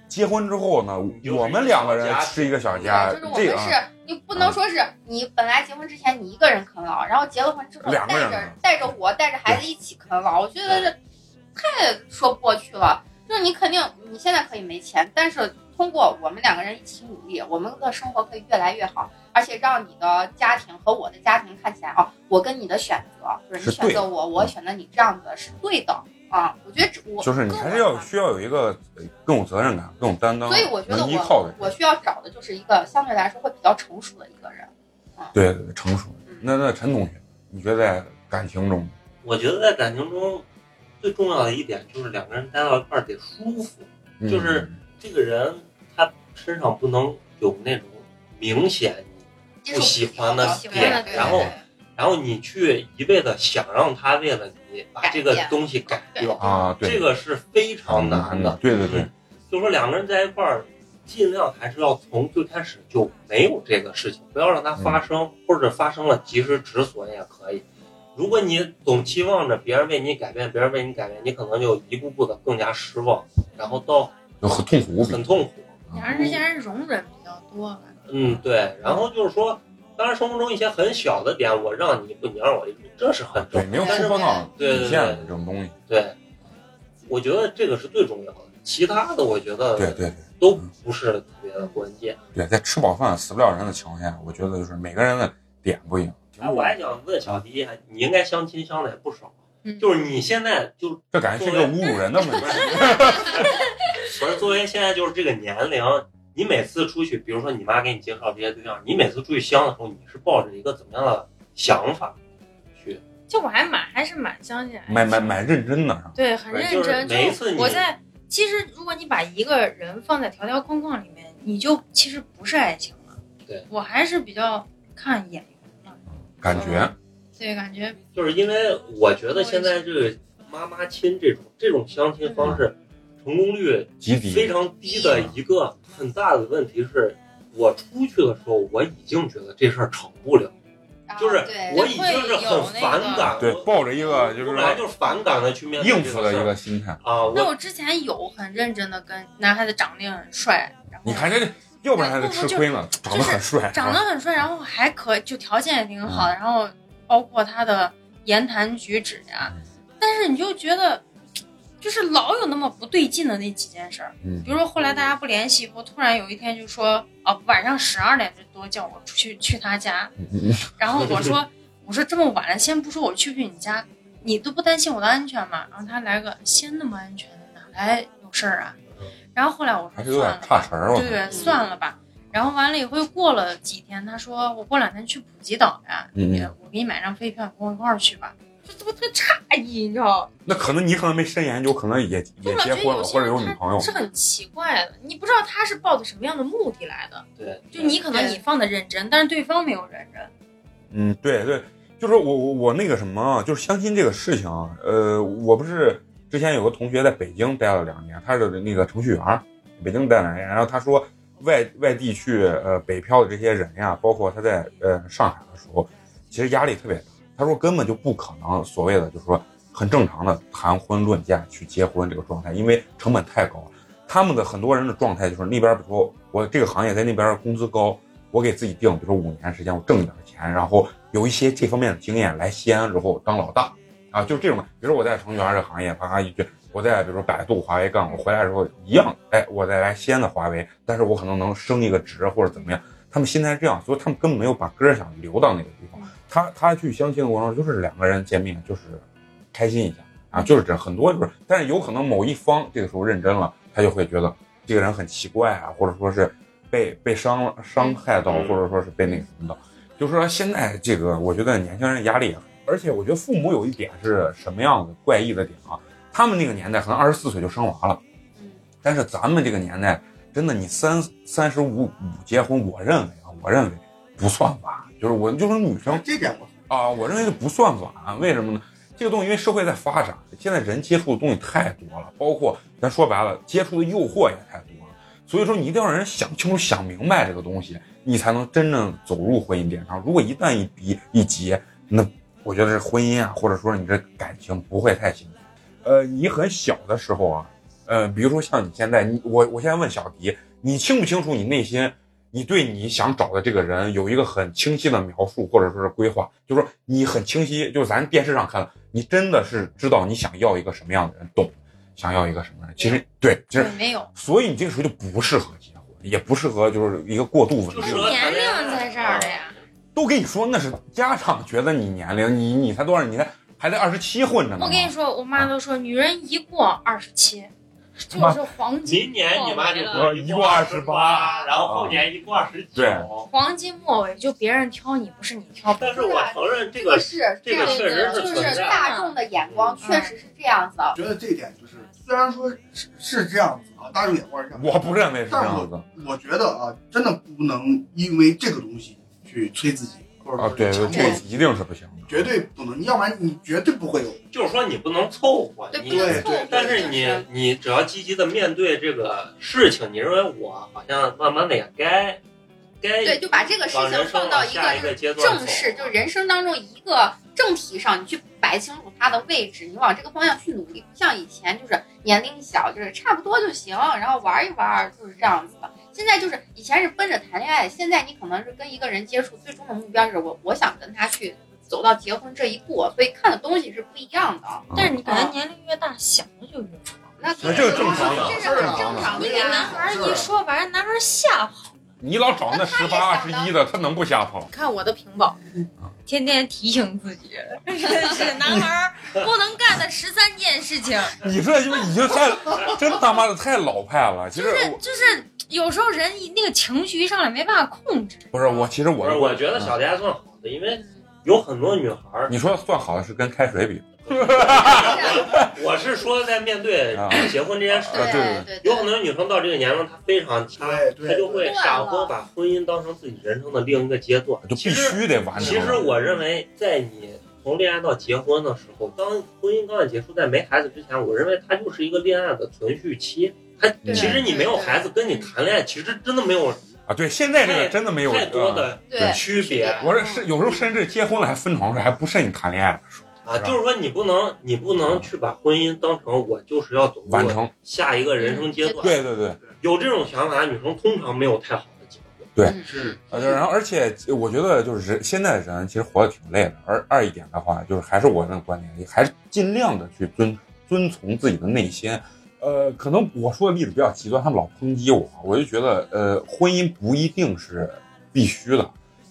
结婚之后呢，我们两个人是一个小家
对，就是，我
这
们
个啊
是你不能说是你本来结婚之前你一个人啃老，然后结了婚之后
两
带
个人
着
啃
带着我带着孩子一起啃老，我觉得这太说不过去了。就是你肯定你现在可以没钱，但是通过我们两个人一起努力，我们的生活可以越来越好，而且让你的家庭和我的家庭看起来哦，我跟你的选择就是
是
你选
对
择
的嗯
我，我选择你这样子是对的啊。我觉得这我
就是你
跟
还
我
是要有
看
需要有一个呃更有责任感、更有担当、
所以我觉得
能依靠的
我
人，
我需要找的就是一个相对来说会比较成熟的一个人。
对对对成熟。
嗯
那那陈同学，你觉得在感情中，
我觉得在感情中最重要的一点就是两个人待到一块儿得舒服。
嗯
就是这个人他身上不能有那种明显，
接受
不喜欢的
不了
点
对
然后然后你去一味的想让他为了你把这个
改变
东西改掉，
啊，对，
这个是非常难的
嗯。对对对，
就说两个人在一块儿，尽量还是要从最开始就没有这个事情，不要让它发生，或者发生了及时止损也可以。如果你总期望着别人为你改变，别人为你改变，你可能就一步步的更加失望，然后到
就很痛苦无
很
比。
痛苦。
两人之间容忍比较多吧。
嗯，对。然后就是说，当然生活中一些很小的点，我让你一步，你让我一步，这是很正
对，
常
没有触碰到
对对
底
对
线的这种东西。
对，我觉得这个是最重要的，其他的我觉
对
得
对。
都不是特别的关键。
对，在吃饱饭死不了人的情况下，我觉得就是每个人的点不一样。
哎，我还想问小迪，你应该相亲相的也不少，
嗯
就是你现在就
这感觉是个侮辱人的问题。
不是作为现在就是这个年龄，你每次出去，比如说你妈给你介绍这些对象，你每次出去相的时候，你是抱着一个怎么样的想法去？
就我还蛮还是蛮相信爱情
买买买认真的，啊
对，很
对
认
就是
真。
每一
就
次你
我在其实，如果你把一个人放在条条框框里面，你就其实不是爱情了。
对，
我还是比较看眼缘的，
感觉
对，感觉
就是因为我觉得现在这个妈妈亲这种这种相亲方式，成功率
极
非
低。
常低的一个很大的问题是，我出去的时候我已经觉得这事儿成不了，
啊
就是
对
我已经是很反感，
对
我，
抱着一个就是
我本来就是反感的去面对
应
这
付
个
的
事
一
儿
个心态。
啊，
那
我
我之前有很认真的跟男孩子长得也很帅，然后
你还这，要不然还得吃亏呢。长得很帅，啊
长得很帅，然后还可就条件也挺好的，
嗯
然后包括他的言谈举止呀、
嗯
但是你就觉得，就是老有那么不对劲的那几件事儿，
嗯
比如说后来大家不联系以后，突然有一天就说，哦，晚上十二点多叫我出去去 他家，
嗯
然后我说，我说这么晚了，先不说我去不去你家，你都不担心我的安全吗？然后他来个先那么安全，哪来有事儿啊？然后后来我
嗯还是
说
有点
算了
差
吧，
词儿嗯吧。
对，算了吧。然后完了以后，又过了几天，他说我过两天去普吉岛呀，
嗯
也我给你买张飞票，你跟我一块儿去吧。这怎么特诧异，你知道？
那可能你可能没深研究，可能也
就
也
老
结
觉
婚了，
得有些
或者有
人
女
他
朋友
是。很奇怪的，你不知道他是抱着什么样的目的来的。
对，
就你可能
对
你放的认真，但是对方没有认真。
嗯，对对，就是我我我那个什么啊，就是相亲这个事情啊，呃，我不是之前有个同学在北京待了两年，他是那个程序员儿，北京待了两年，然后他说外外地去呃北漂的这些人呀，包括他在呃上海的时候，其实压力特别大。他说根本就不可能所谓的就是说很正常的谈婚论嫁去结婚这个状态，因为成本太高了。他们的很多人的状态就是那边，比如说我这个行业在那边工资高，我给自己定，比如说五年时间我挣一点钱，然后有一些这方面的经验来西安之后当老大啊，就是这种。比如说我在程序员这个行业，啪啪一句，我在比如说百度、华为干，我回来之后一样，哎，我再来西安的华为，但是我可能能升一个职或者怎么样。他们心态是这样，所以他们根本没有把根儿想留到那个地方。他他去相亲的过程中，就是两个人见面就是开心一下啊，就是这很多就是，但是有可能某一方这个时候认真了，他就会觉得这个人很奇怪啊，或者说是被被伤了伤害到，
嗯
或者说是被那个什么的。就是说现在这个，我觉得年轻人压力也很大，而且我觉得父母有一点是什么样子怪异的点啊？他们那个年代可能二十四岁就生娃了，但是咱们这个年代，真的你三三十五五结婚，我认为啊，我认为不算晚，就是我就是女生
这点我
啊，我认为不算晚。为什么呢？这个东西因为社会在发展，现在人接触的东西太多了，包括咱说白了，接触的诱惑也太多了。所以说，你一定要让人想清楚、想明白这个东西，你才能真正走入婚姻殿堂。如果一旦一一一结，那我觉得这婚姻啊，或者说你这感情不会太幸福。呃，你很小的时候啊，呃，比如说像你现在，你我我现在问小迪，呃你清不清楚你内心你对你想找的这个人有一个很清晰的描述，或者说是规划，就是说你很清晰，就是咱电视上看，你真的是知道你想要一个什么样的人，懂想要一个什么人。其实对，其
对
实，
没有。
所以你这个时候就不适合结婚，也不适合就是一个过度稳
就
定
适
的。
合
年
谈恋爱
龄在这儿的呀。
都跟你说那是家长觉得你年龄，你你才多少，你才还在二十七混着呢。
我跟你说，我妈都说，女人一过二十七，就
妈
是黄金
明年你妈就啊
我一过二十八
然后后年一过二十九。啊
对
黄金末尾，就别人挑你，不是你挑别人。
但是我承认这
这
个
个是
这个
样
确实
的，
是
就
存在嗯
是
的
大众的眼光确实是这样子。
觉得这一点就是，虽然说是是这样子啊，大众眼光是这样，
我不认为是这样子
我觉得啊，真的不能因为这个东西去催自己，或者
啊
说，
对，
强迫
这
自己，
一定是不行的。
绝对不能，要不然你绝对不会有。
就是说你不能凑合，
对，
你
不能
对
凑合。
但是你
就是
你只要积极的面对这个事情，你认为我好像慢慢的也该该
对，就把这个事
往人
情
生
放到
往
一
下一
个
个阶段
正式，
走
就是人生当中一个正题上，你去摆清楚它的位置，你往这个方向去努力。不像以前就是年龄小，就是差不多就行，然后玩一玩，就是这样子的。现在就是以前是奔着谈恋爱，现在你可能是跟一个人接触，最终的目标是我我想跟他去走到结婚这一步，所以看的东西是不一样的。
嗯
但是你感觉年龄越大，想的就越多。
那
那这个正常啊
这是很正常的
你给男
呀。
孩儿一说，把人男孩儿吓跑。
你老找那十八二十一的，他能不吓跑？
你 看我的屏保，天天提醒自己，是是，男孩儿不能跟
了十三件事情，
你这就已经太 真他妈的太老派了。其实我
就是有时候人一那个情绪一上来没办法控制。
不是我，其实
不
我嗯
是，我觉得小戴算好的，因为有很多女孩 儿，
你说算好的是跟开水比，
我是说在面对
啊
结婚这件事，
啊对
对对，
有很多女生到这个年龄，她非常她
对
她就
对，
会闪婚，把婚姻当成自己人生的另一个阶段。
就
其
必
实
须得完成。
其实我认为，在你从恋爱到结婚的时候，当婚姻刚要结束，在没孩子之前，我认为它就是一个恋爱的存续期。它
对
其实你没有孩子，跟你谈恋爱其实真的没有
啊，对，现在这个真的没有
太多
啊
的
对
区别
我是是有时候甚至结婚了还分床睡，还不慎你谈恋爱了，
啊，就是说你不能你不能去把婚姻当成我就是要走
嗯完
入
成。
下一个人生阶段。
对对对，
有这种想法，女生通常没有太好的结果。
是
呃，然后而且我觉得就是人现在人其实活得挺累的，而二一点的话，就是还是我那个观点，还是尽量的去遵遵从自己的内心。呃，可能我说的例子比较极端，他们老抨击我，我就觉得呃，婚姻不一定是必须的，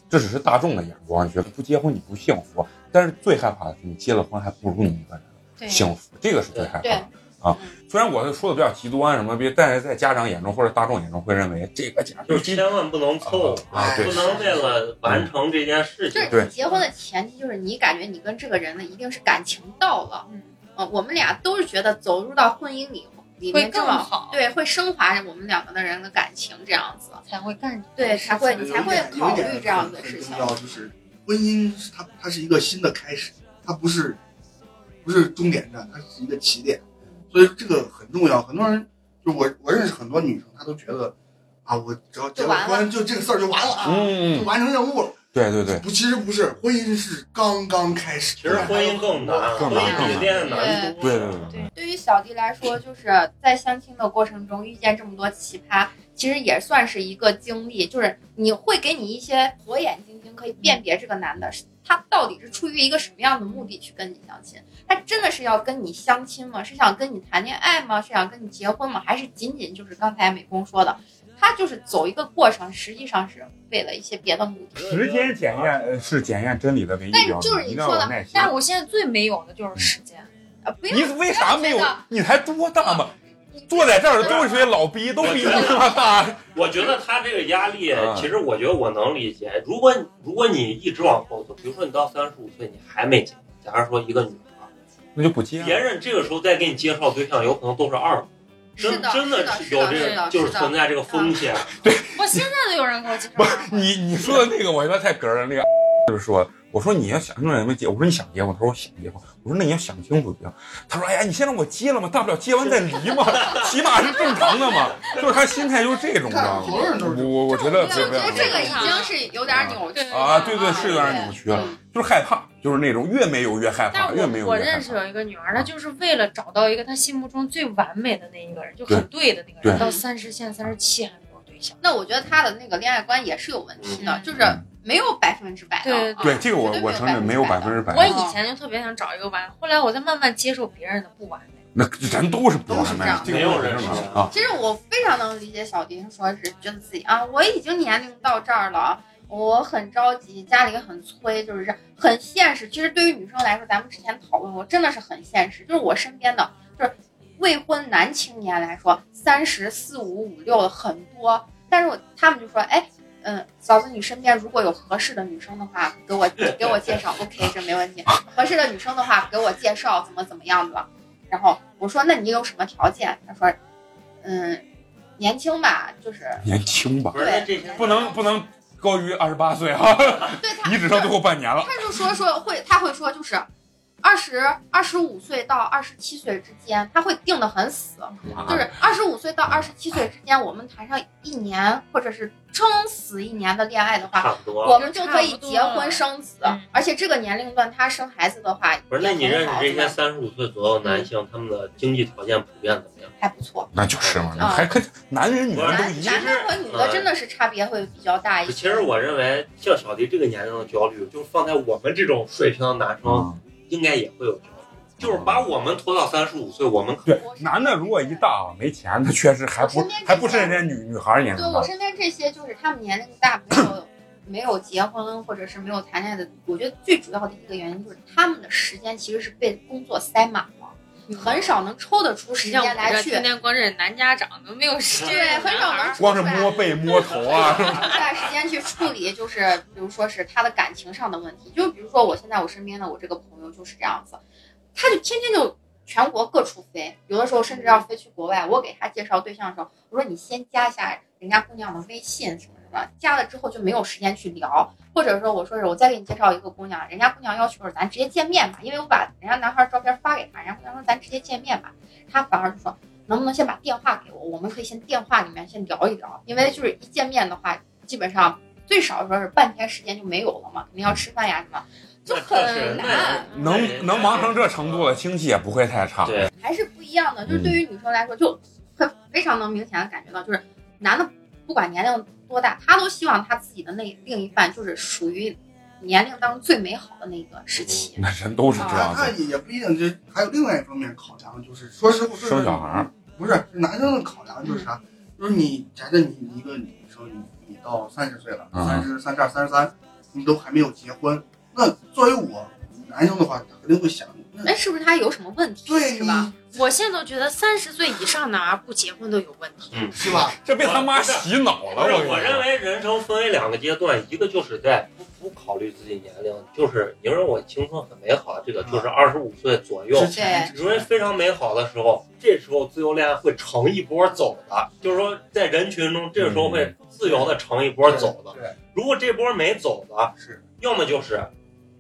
这只是大众的眼光，觉得不结婚你不幸福。但是最害怕的是你结了婚还不如你一个
对
人幸福，这个是最害怕
对
的。啊，虽然我说的比较极端什么，别，但是在家长眼中或者大众眼中会认为这个家就
就
是
千万不能凑
啊啊对嗯
不能为了完成这件事
就，
情
是
对
你结婚的前提就是你感觉你跟这个人呢一定是感情到了，
嗯
呃，我们俩都是觉得走入到婚姻里里
会
面这
更
么
好，
对会升华我们两个的人的感情这样子，
才会干这
对
种事
才会
有一
才会
点
考虑这样的事情
很重要就是婚姻是它它是一个新的开始，它不是不是终点站，它是一个起点，所以这个很重要。很多人就我我认识很多女生，她都觉得啊，我只要结
就
了
完了
婚就这个事儿就完了啊，
嗯
就，完成任务了。
对对对。
不，其实不是，婚姻是刚刚开始。
其实婚姻更难，
更
婚
难
姻比恋爱难多
对
了
对对对，
对于小弟来说，就是在相亲的过程中遇见这么多奇葩，其实也算是一个经历，就是你会给你一些火眼金睛，可以辨别这个男的是他到底是出于一个什么样的目的去跟你相亲，他真的是要跟你相亲吗？是想跟你谈恋爱吗？是想跟你结婚吗？还是仅仅就是刚才美工说的，他就是走一个过程，实际上是为了一些别的目的。
时间检验呃是检验真理的唯一
但
标
就是
准，
你
一定
说
要
的
有耐心
但。我现在最没有的就是时间，
嗯
啊，不要
你为啥没有
不要觉得？
你才多大嘛？坐在这儿的都是些老逼，都比你他妈大。
我觉得他这个压力
啊，
其实我觉得我能理解。如果如果你一直往后走，比如说你到三十五岁你还没结婚，假如说一个女孩，
那就不接
别人这个时候再给你介绍对象，有可能都是二婚，
是
真
的
真
是的
是有这
是的
个就是
是的嗯
存在这个风险。
我现在都有人给我介绍
不
了
是，你你说的那个，我觉得太哏儿了。那个就是说，我说你要想清楚没结，我说你想结婚，他说我想结婚，我说那你要想清楚结。他说哎呀，你先让我结了嘛，大不了结完再离嘛，起码是正常的嘛。就是他心态就是这种，你知
看
道
好多
吗？
人都是这
我
样
我我觉得
我
不
觉
要不
得
要
这个已经是有点扭曲了嗯
啊，对对，是有点
对
扭曲了，就是害怕，就是那种越没有越害怕，
但
越没有啊
我我
越害
认
怕
识。有一个女孩，她就是为了找到一个她心目中最完美的那一个人，就很对的那个
对
人，到三十现在三十七还没有对象。
那我觉得他的那个恋爱观也是有问题的，
嗯
就是没有百分之百的。
对
啊
对这个我
绝
我承认没有百分
之
之百，啊
我以前就特别想找一个完，后来我在慢慢接受别人的不完美。
那咱都是不完美
都
这
是，
这
个
样
没有人是吧啊
百。。其实我非常能理解小丁说是觉得自己啊，我已经年龄到这儿了，我很着急，家里很催，就是很现实。其实对于女生来说，咱们之前讨论过，真的是很现实。就是我身边的，就是未婚男青年来说，三十四五五六的很多，但是我他们就说，哎。嗯，嫂子，你身边如果有合适的女生的话，给我给我介绍，OK，这没问题。合适的女生的话，给我介绍怎么怎么样的。然后我说，那你有什么条件？他说，嗯，年轻吧，就是
年轻吧，
不是
对
那这些
不能不能高于二十八岁啊！
对他，
你只剩最后半年了，
他就说说会，他会说就是二十二十五岁到二十七岁之间，他会定的很死，
啊
就是二十五岁到二十七岁之间，我们谈上一年或者是撑死一年的恋爱的话。
差不多。
我们就可以结婚生子
嗯，
而且这个年龄段他生孩子的话，
不是，那你认识这
也
些
很好
三十五岁左右的男性，他们的经济条件普遍怎么样？
还不错。
那就是嘛，
啊
还可男人女人都
男
一样
男的和女的真的是差别会比较大一些。
其实我认为，像小迪这个年龄的焦虑，就是放在我们这种水平的男生，
嗯
应该也会有焦虑，就是把我们拖到三十五岁，我们可
对，男的如果一大没钱，他确实还不
我身边之前
还不是人家女女孩年
对
龄大
我。身边这些就是他们年龄大，没有没有结婚或者是没有谈恋爱的，我觉得最主要的一个原因就是他们的时间其实是被工作塞满了。很少能抽得出嗯时
你像我
间来
这
去
天天光是男家长都没有时间，
对，很少能抽
光是
出来
摸背摸头啊，
段时间去处理，就是比如说是他的感情上的问题，就比如说我现在我身边的我这个朋友就是这样子，他就天天就全国各处飞，有的时候甚至要飞去国外。我给他介绍对象的时候，我说你先加一下人家姑娘的微信什么什么，加了之后就没有时间去聊，或者说我说是我再给你介绍一个姑娘，人家姑娘要求是咱直接见面吧，因为我把人家男孩照片发给他，人家姑娘说咱直接见面吧，他反而就说。能不能先把电话给我？我们可以先电话里面先聊一聊，因为就是一见面的话，基本上最少说是半天时间就没有了嘛，肯定要吃饭呀什么，就很难，
能能忙成这程度了，啊经济也不会太差。
对
还是不一样的。就是对于女生来说，就很非常能明显的感觉到，就是男的不管年龄多大，他都希望他自己的那另一半就是属于年龄当中最美好的那个时
嗯
期。
那人都是这
他
样
啊他
子，
也不一定，就还有另外一方面考量，就是说实话，
生小孩儿
不是男生的考量就是啥，就是你假设你一个女生，你你到三十岁了，
嗯
三十三十二、三十三，你都还没有结婚，那作为我男生的话，肯定会想，那
那是不是他有什么问题？
对
哎是吧？
你
我现在都觉得三十岁以上哪儿不结婚都有问 题。
是吧？
这被他妈洗脑了。
不是，
跟
我
你
认
说，
为人生分为两个阶段，一个就是在不不考虑自己年龄，就是你认为我青春很美好，这个就是二十五岁左右
之，前
你认为非常美好的时候，这时候自由恋爱会成一波走的，就是说在人群中，这个时候
嗯
会自由的成一波走的。
对，
如果这波没走的，
是
要么就是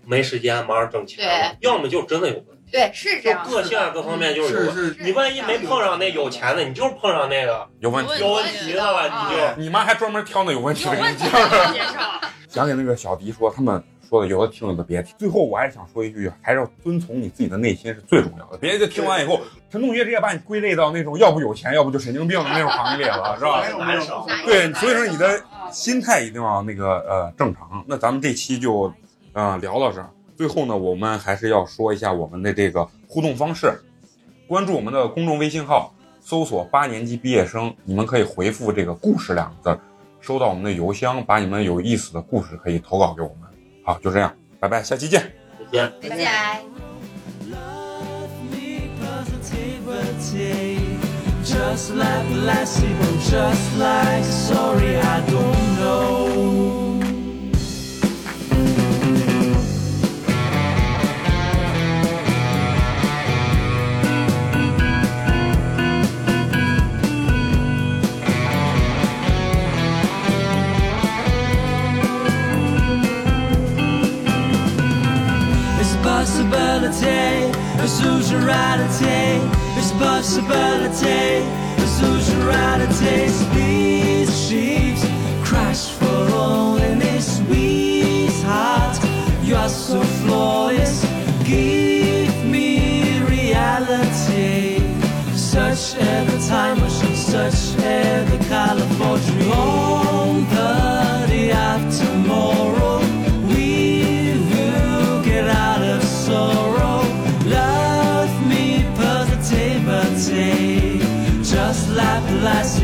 没时间忙着挣钱了，要么就真的有问题，
对，是这
就
样。
个性啊各方面就是有问
是
题。
是，
你万一没碰上那有钱的，你就是碰上那个
有问题。
有问题的了，你就。
啊
你妈还专门挑那有问题
有
的人
问题的介绍，
讲给那个小迪说，他们说的有的听有的别听。最后我还是想说一句，啊还是要遵从你自己的内心是最重要的。别就听完以后，陈同学直接把你归类到那种要不有钱，要不就神经病的那种行列了，是吧
没？有哎没有，
哪有
对所以说你的
啊
心态一定要那个呃正常。那咱们这期就呃聊到这儿。最后呢，我们还是要说一下我们的这个互动方式，关注我们的公众微信号，搜索“八年级毕业生”，你们可以回复这个“故事”两个字儿，收到我们的邮箱，把你们有意思的故事可以投稿给我们。好，就这样，拜拜，下期见。
时间。
再见。
Love me positivity. Just like Lassie, but just like sorry, I don't know. It's possibility, it's usuality, it's possibility, it's usuality. Species crash for all in his sweetheart. You're so flawless, give me reality. Search every time I should search every color forgery. On the day after tomorrow, we will get out of sorrow. Love me positivity, just like the last